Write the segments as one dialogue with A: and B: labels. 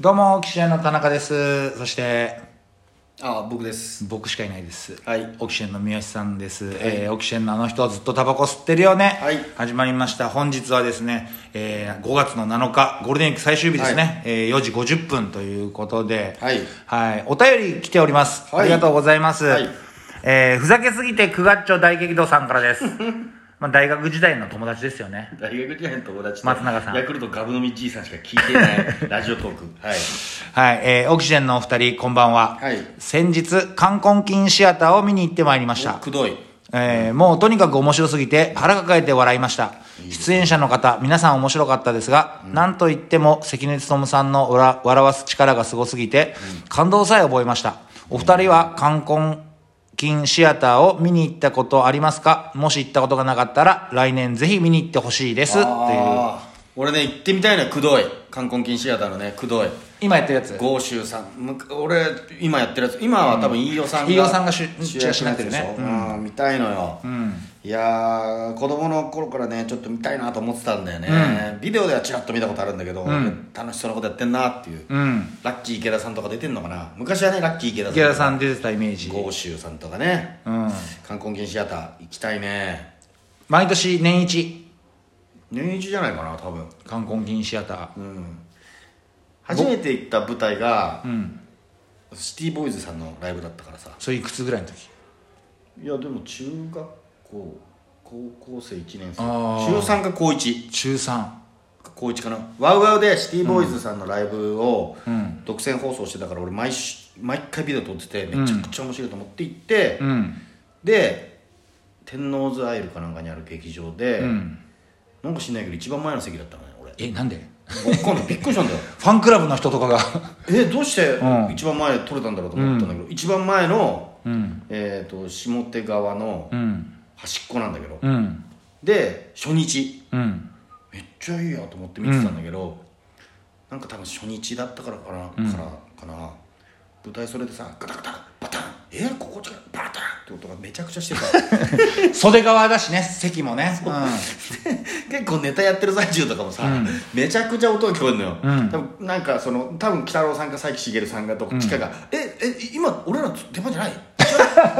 A: どうも、オキシエンの田中です。そして、
B: ああ僕です
A: 僕しかいないです。
B: はい
A: オキシエンの三好さんです。えーオキシエンのあの人はずっとタバコ吸ってるよね。
B: はい
A: 始まりました。本日はですね、えー5月の7日、ゴールデンウィーク最終日ですね。
B: は
A: えー4時50分ということで、
B: はい
A: はいお便り来ております。
B: はい
A: ありがとうございます。
B: はい
A: えーふざけすぎて九ガッチョ大激怒さんから です。まあ、大学時代の友達ですよね。
B: 大学時代の友達と
A: 松永さん
B: ヤクルトガブ飲みじいさんしか聞いて ないラジオトークはい
A: はい、えーオキシエンのお二人、こんばんは。
B: はい
A: 先日、冠婚金シアターを見に行ってまいりました。
B: くどい
A: えーもうとにかく面白すぎて腹抱えて笑いました。出演者の方、皆さん面白かったですが、なんといっても関根勤さんの笑笑わす力がすごすぎて、感動さえ覚えました。お二人は冠婚金シアターを見に行ったことありますかもし行ったことがなかったら、来年ぜひ見に行ってほしいです。っていう。
B: ああ俺ね行ってみたいのよくどい冠婚金シアターのねくどい
A: 今やってるやつ。
B: 豪州さんむか俺今やってるやつ今は多分飯尾さんが
A: 飯尾さんが主
B: 役のやつでしょ
A: 主役になってるね
B: うん見たいのよいやー子供の頃からねちょっと見たいなと思ってたんだよねビデオではちらっと見たことあるんだけど楽しそうなことやってんなっていう
A: うん。
B: ラッキー池田さんとか出てんのかな昔はねラッキー池田さん
A: 池田さん出てたイメージ。
B: 豪州さんとかね
A: うん。
B: 観光金シアター行きたいね
A: 毎年年一
B: 年一じゃないかな多分
A: 冠婚金シアター
B: うん初めて行った舞台が、シティボーイズさんのライブだったからさ
A: それいくつぐらいの時
B: いやでも中学校高校生1年生
A: あー
B: 中3か高1
A: 中3
B: 高1かなワウワウでシティボーイズさんのライブを独占放送してたから俺毎週毎回ビデオ撮っててめちゃくちゃ面白いと思って行って、
A: うん
B: で天王洲アイルかなんかにある劇場で、
A: うん
B: なんか知んないけど一番前の席だったのね俺
A: えなんで
B: わかんないびっく りしたんだよ
A: ファンクラブの人とかが
B: えどうして
A: うん
B: 一番前取れたんだろうと思ったんだけど、一番前の、
A: うん
B: えー、と下手側の
A: うん
B: 端っこなんだけど、
A: うん
B: で初日
A: うん
B: めっちゃいいやと思って見てたんだけど、なんか多分初日だったからかな,、からかな舞台それでさガタガタバタンえここじゃバタンって音がめちゃくちゃしてた
A: 袖側だしね席もね
B: 結構ネタやってる最中とかもさ、めちゃくちゃ音が聞こえるのよ、
A: ん
B: 多分なんかその多分北郎さんか佐伯茂さんがどっちかが「ええ今俺ら出番じ ゃない? 」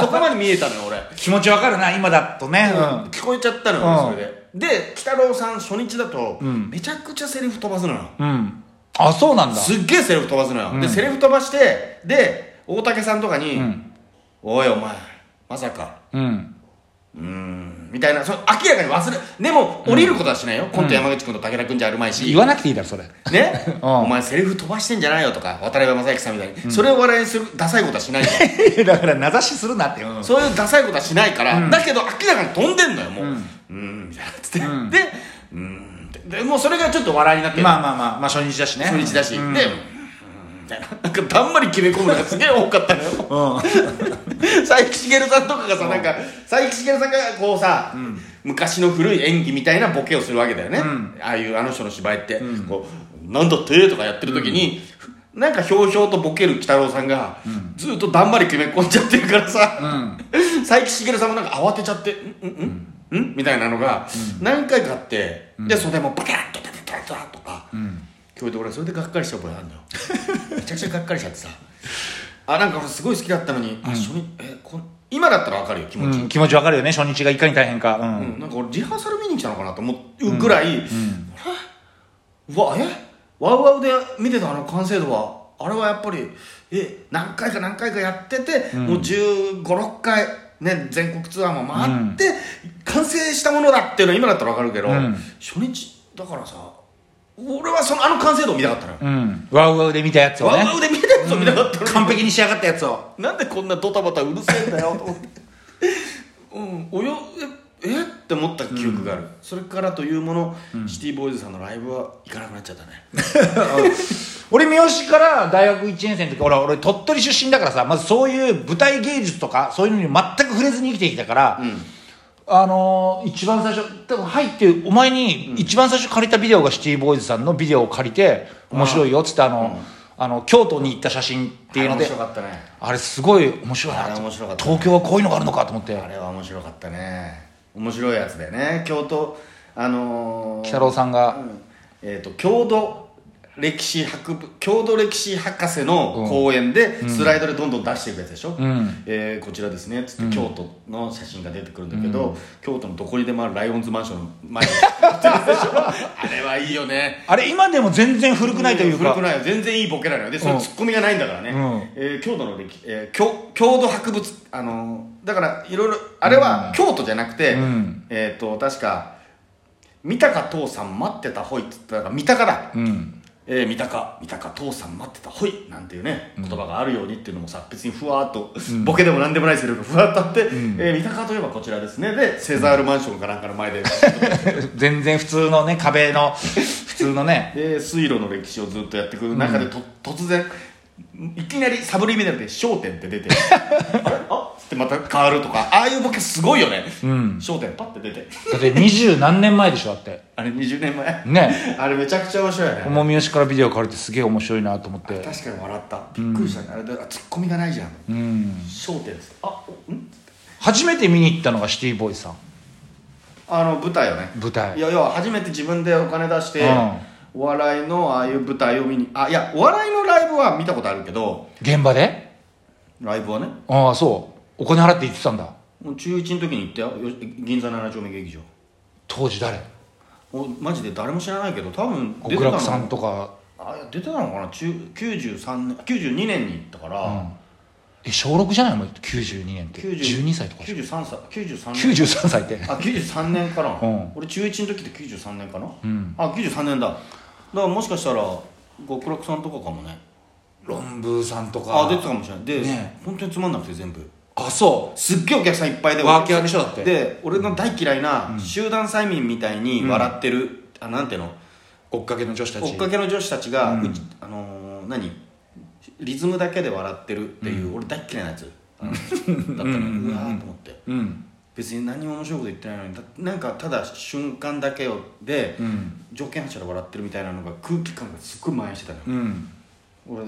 B: どこまで見えたのよ俺
A: うん気持ちわかるな今だとねうん
B: 聞こえちゃったの
A: うん
B: よそれでで北郎さん初日だとめちゃくちゃセリフ飛ばすのよ、
A: うんあそうなんだ
B: すっげえセリフ飛ばすのよ、でセリフ飛ばしてで大竹さんとかに「おいお前まさか
A: うん
B: うーん」みたいなその明らかに忘れでも降りることはしないよ、コント山口君と武田君じゃあるまいし、
A: 言わなくていいだろそれ
B: ね、
A: うん
B: お前セリフ飛ばしてんじゃないよとか渡辺正行さんみたいに、それを笑いにするダサいことはしないよ
A: だから名指しするなってうん
B: そういうダサいことはしないから、だけど明らかに飛んでんのよもううんんみたいなつって、でうーんってでもうそれがちょっと笑いになってる
A: まあまあまあまあ初日だしね
B: 初日だし、で、うんみたいななんかだんまり決め込むのがすげえ多かったのよ 佐伯茂さんとかがさなんか佐伯茂さんがこうさ、昔の古い演技みたいなボケをするわけだよね、ああいうあの人の芝居って、こう「なんだって?」とかやってる時に、なんかひょうひょうとボケる鬼太郎さんが、ずっとだんまり決め込んじゃってるからさ、佐伯茂さんもなんか慌てちゃって「んんんんんみたいなのが何回かあって、で袖もバキャッとバキャッとバキャッとか、今日で俺それでがっかりした覚えある のよめちゃくちゃがっかりしちゃってさあなんか俺すごい好きだったのに、あ初日えこん今だったらわかるよ気
A: う
B: 持ち、
A: ん気持ちわかるよね初日がいかに大変かう
B: うん
A: ん
B: なんか俺リハーサル見に来たのかなと思うぐらい、うわえワウワウで見てたあの完成度はあれはやっぱりえ何回か何回かやってて、もう1 5 6回ね全国ツアーも回って、完成したものだっていうのは今だったらわかるけど、
A: ん
B: 初日だからさ俺はそのあの完成度を見たかったのよ、
A: うんワウワウで見たやつを
B: ワ
A: ね
B: ウワウで見たやつを見たかったのに、
A: 完璧に仕上がったやつを
B: なんでこんなドタバタうるせえんだよと思ってうんおよええって思った記憶がある、それからというもの、シティボーイズさんのライブは行かなくなっちゃったね
A: 俺三好から大学1年生の時俺俺鳥取出身だからさまずそういう舞台芸術とかそういうのに全く触れずに生きてきたから、あのー一番最初でも入ってお前に一番最初借りたビデオがシティボーイズさんのビデオを借りて面白いよっつってあの,、あの京都に行った写真っていうので
B: あれ面白かったね
A: あれすごい面白いな
B: あれ
A: と
B: 面白かったね
A: 東京はこういうのがあるのかと思って
B: あれは面白かったね面白いやつだよね京都あのー、
A: 北郎さんが
B: うんえっ、と郷土歴史博物郷土歴史博士の講演でスライドでどんどん出していくやつでしょ、
A: ん
B: えーこちらですねつって京都の写真が出てくるんだけど、京都のどこにでもあるライオンズマンションの前に あれはいいよね
A: あれ今でも全然古くないというか、
B: 古くないよ全然いいボケなのよでそれツッコミがないんだからね、
A: ん
B: えー郷土の歴、えー郷郷土博物あのーだからいろいろあれは京都じゃなくて、
A: ん
B: えっ、と確か「三鷹父さん待ってたほい」っつったから三鷹だ、
A: うん
B: えー三鷹三鷹父さん待ってたほいなんていうね言葉があるようにっていうのもさ別にふわーっと、 ボケでもなんでもないセリフがふわっとあって、えー三鷹といえばこちらですねでセザールマンションかなんかの前で
A: 全然普通のね壁の普通のね
B: で水路の歴史をずっとやってくる中でと、突然いきなりサブリミナルで『焦点』って出 てあれあっつってまた変わるとかああいうボケすごいよね『焦点』パッて出て
A: だって二十何年前でしょだって
B: あれ20年前
A: ね
B: あれめちゃくちゃ面白いよね
A: 重みよしからビデオ借りてすげえ面白いなと思って
B: 確かに笑ったびっくりしたね、あれだあツッコミがないじゃん『
A: うん
B: 焦点』ですあおん
A: 初めて見に行ったのがシティボーイさん
B: あの舞台よね
A: 舞台
B: いやいや初めて自分でお金出して、
A: うん
B: お笑いのああいう舞台を見にあいやお笑いのライブは見たことあるけど
A: 現場で
B: ライブはね
A: ああそうお金払って行ってたんだ
B: もう中1の時に行ったよよ銀座7丁目劇場
A: 当時誰
B: おマジで誰も知らないけど多分出て
A: 極
B: たの
A: 楽さんとか
B: あいや出てたのかな中93年92年に行ったから、
A: え小6じゃないの92年って
B: 90
A: 12歳とかでしょ
B: 93歳93年
A: 93歳って
B: あ93年かな、
A: うん
B: 俺中1の時って93年かな、あ93年だだからもしかしたら極楽さんとかかもね
A: 論文さんと
B: あ
A: か
B: 出てたかもしれないで、
A: ね
B: 本当につまんなくて全部
A: あそう
B: すっげえお客さんいっぱいで
A: ワーキャーでしょだって
B: で俺の大嫌いな集団催眠みたいに笑ってる、あなんていうの
A: 追っかけの女子た
B: 追っかけの女子たちが、うちあのー何リズムだけで笑ってるっていう、俺大っ嫌いなやつあのだったのようわーと思って
A: うん
B: 別に何も面白いこと言ってないのにだなんかただ瞬間だけをで、
A: ん
B: 条件反射で笑ってるみたいなのが空気感がすっごい蔓延してたのよ、
A: うん
B: 俺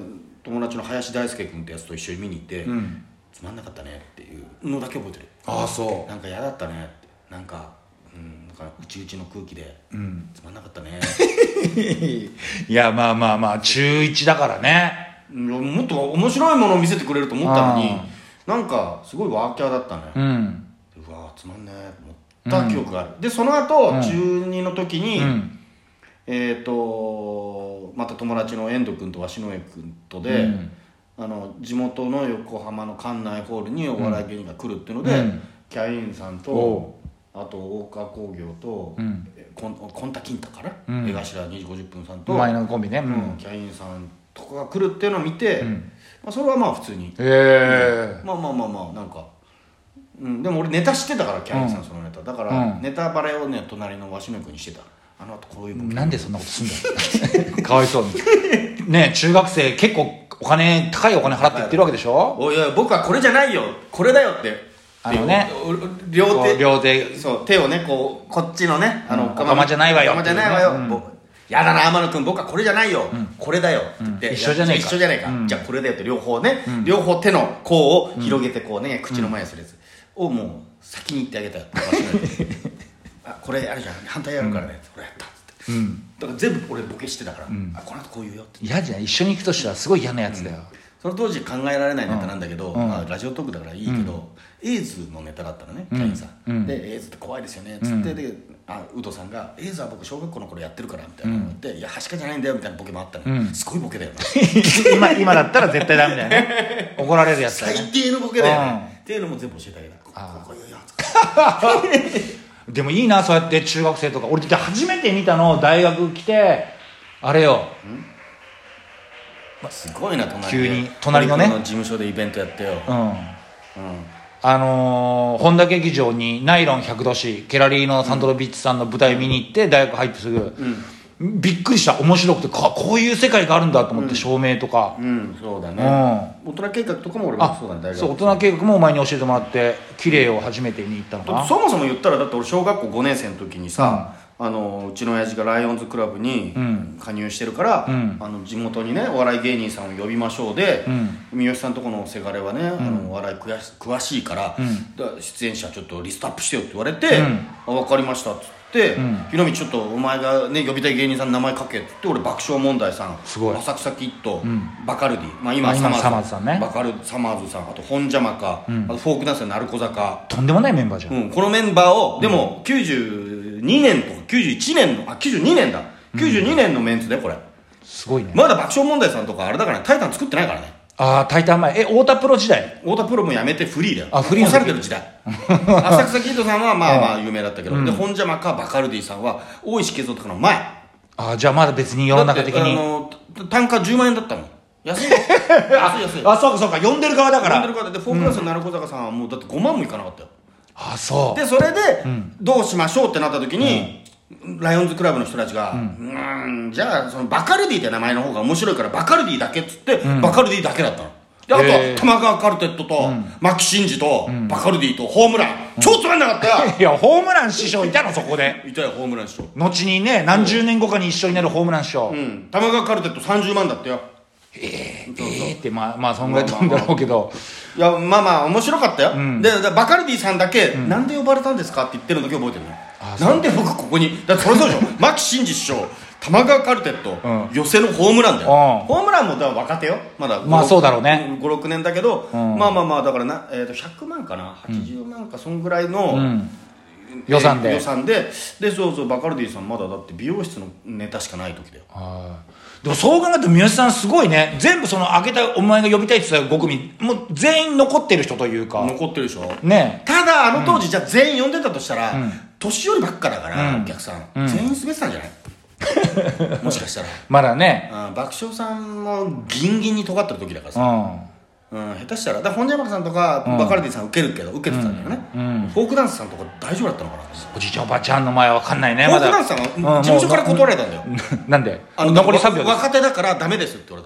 B: 友達の林大輔君ってやつと一緒に見に行って、
A: ん
B: つまんなかったねっていうのだけ覚えてる
A: ああそ
B: なんか嫌だったねってなんかうんなんかうちうちの空気で、
A: ん
B: つまんなかったね
A: ういやまあまあまあ中1だからね
B: いやもっと面白いものを見せてくれると思ったのに
A: あ
B: なんかすごいワーキャーだったね、
A: うん
B: うわーつまんねえと思った記憶がある、でその後、中2の時に、
A: うん
B: えっ、とまた友達の遠藤君と鷲江君とで、
A: うん
B: あの地元の横浜の館内ホールにお笑い芸人が来るっていうので、
A: うん
B: キャインさん
A: お
B: とあと大川工業と、
A: うん
B: えコンコンタキンタから、
A: うん
B: 江頭2時50分さんと、
A: 前のコンビねう
B: うん
A: ん
B: キャインさんとかが来るっていうのを見て、
A: ん
B: まあ、それはまあ普通に
A: へえ
B: まあまあまあまあなんか、うん、でも俺ネタ知ってたからキャインさんそのネタだから、
A: うん
B: ネタバレをね隣の鷲野君にしてたあの後こういうボケ
A: なんでそんなことすんだよ かわいそうに ね中学生結構お金高いお金払って行ってるわけでしょ
B: おいおい僕はこれじゃないよこれだよって
A: あのね
B: おお両
A: こ
B: 手
A: う両手
B: そう手をねこうこっちのねあ
A: うん
B: の
A: お釜じゃないわよ
B: お釜じゃないわよ、
A: っていうねうん
B: ぼやだな天野君僕はこれじゃないよ、これだよって言って、
A: うん一緒じゃねえか
B: 一緒じゃねえか、
A: うん
B: じゃあこれだよって両方ね、両方手の甲を広げてこうね、口の前にするやつをもう先に言ってあ げたよあこれあるじゃん反対やるからね、これやったっつって、だから全部俺ボケしてたから、あこの後こう言うよって
A: 嫌じゃん一緒に行くとしたらすごい嫌なやつだよ
B: その当時考えられないネタなんだけど、
A: ん
B: まあ、ラジオトークだからいいけど、エイズのネタだったのねキャインさん、
A: うん
B: でエイズって怖いですよねっつって、であウドさんが「エイズは僕小学校の頃やってるから」みたいなのって、いやはしかじゃないんだよ」みたいなボケもあったの、すごいボケだよな
A: 今今だったら絶対ダメだよね 怒られるやつだよね
B: 最低のボケだよ ね、っていうのも全部教えてあげたこ
A: あー
B: ここういうやつ
A: でもいいなそうやって中学生とか俺じゃあ初めて見たの大学来てあれよ
B: すごいな隣で
A: 急に隣のね
B: 事務所でイベントやってよ、
A: うん
B: うん
A: あのー本田劇場にナイロン100度しケラリーのサンドロビッチさんの舞台見に行って大学入ってすぐ、びっくりした面白くてかこういう世界があるんだと思って、照明とか、
B: うん、そうだね、大人計画とかも俺も
A: あ
B: そうだね大学
A: そう大人計画もお前に教えてもらって綺麗を初めて見に行ったのか
B: だっ
A: な
B: てそもそも言ったらだって俺小学校5年生の時にさ、あのうちの親父がライオンズクラブに加入してるから、
A: ん
B: あの地元にねお笑い芸人さんを呼びましょうで、三好さんとこのせがれはね、あのお笑い詳し詳しいから,、出演者ちょっとリストアップしてよって言われて「あ分かりました」っつってって、ひろみちょっとお前がね呼びたい芸人さんの名前書けって言って俺爆笑問題さん
A: すごい
B: 浅草キッド、バカルディ、ま
A: ま
B: あ、今
A: あ今サマーズさんね
B: バカルサマーズさんあと本邪魔か、あとフォークダンスの鳴子坂、
A: とんでもないメンバーじゃん、
B: うん、このメンバーをでも92年とか91年のあ92年だ92年のメンツでこれ、
A: すごいね、
B: まだ爆笑問題さんとかあれだからねタイタン作ってないからね
A: ああタイタン前え太田プロ時代
B: 太田プロも辞めてフリーだよ
A: あフリー
B: 干
A: の時
B: されてる時代 浅草キッドさんはまあまあ有名だったけど、で本邪魔かバカルディさんは大石恵夫とかの前
A: ああじゃあまだ別に世の中的
B: だってあ
A: に
B: のた単価10万円だったもん 安いよ安い安い
A: あそうかそうか呼んでる側だか
B: 呼んで
A: ら
B: る方でフォークラスの鳴子坂さんはもうだって5万もいかなかったよ
A: ああそう
B: でそれでどうしましょうってなった時に、ライオンズクラブの人たちが、うーん、じゃあそのバカルディって名前の方が面白いからバカルディだけっつって、バカルディだけだったのであと
A: へー
B: 玉川カルテットと、牧真司と、バカルディとホームラン、超つまんなかったよ
A: いやホームラン師匠いたのそこで
B: いたよホームラン師匠
A: 後にね何十年後かに一緒になるホームラン師匠、
B: うん玉川カルテット30万だったよ
A: ええってまあまあそんぐらい飛んだろうけど、
B: いやまあまあ面白かったよ、ででバカルディさんだけ、なんで呼ばれたんですかって言ってるのだけ覚えてる
A: あ
B: のなんで僕ここにだってそれそうでしょ 牧真司師匠玉川カルテット、
A: うん
B: 寄せのホームランだよ、
A: うん
B: ホームランもだから若手よまだ
A: まあそうだろうね
B: 56年だけど、
A: ん
B: まあまあまあだからな、えー、と100万かな80万かそんぐらいの、
A: うん、予算で
B: 予算ででそうそうバカルディさんまだだって美容室のネタしかない時だよ
A: はいでもそう考えると三好さんすごいね全部その開けたお前が呼びたいって言ってた5組もう全員残ってる人というか
B: 残ってるでしょ
A: ね
B: ただあの当時、じゃあ全員呼んでたとしたら、
A: ん
B: 年寄りばっかだから、
A: うん
B: お客さん、全員滑ってたんじゃ ないもしかしたら
A: まだね
B: あー爆笑さんもギンギンに尖ってる時だから
A: う
B: さ、
A: ん
B: うん下手したらだから本邪魔さんとか、バカルディさん受けるけど受けてたんだよね、フォークダンスさんとか大丈夫だったのかな、
A: おじいちゃんおばあちゃんの前は分かんないね
B: フォ
A: ま
B: ーク
A: だ
B: ダンスさんは事務所から断られたんだよ、
A: うんなんで
B: あの
A: 残り3秒
B: わ若手だからダメですって言われたの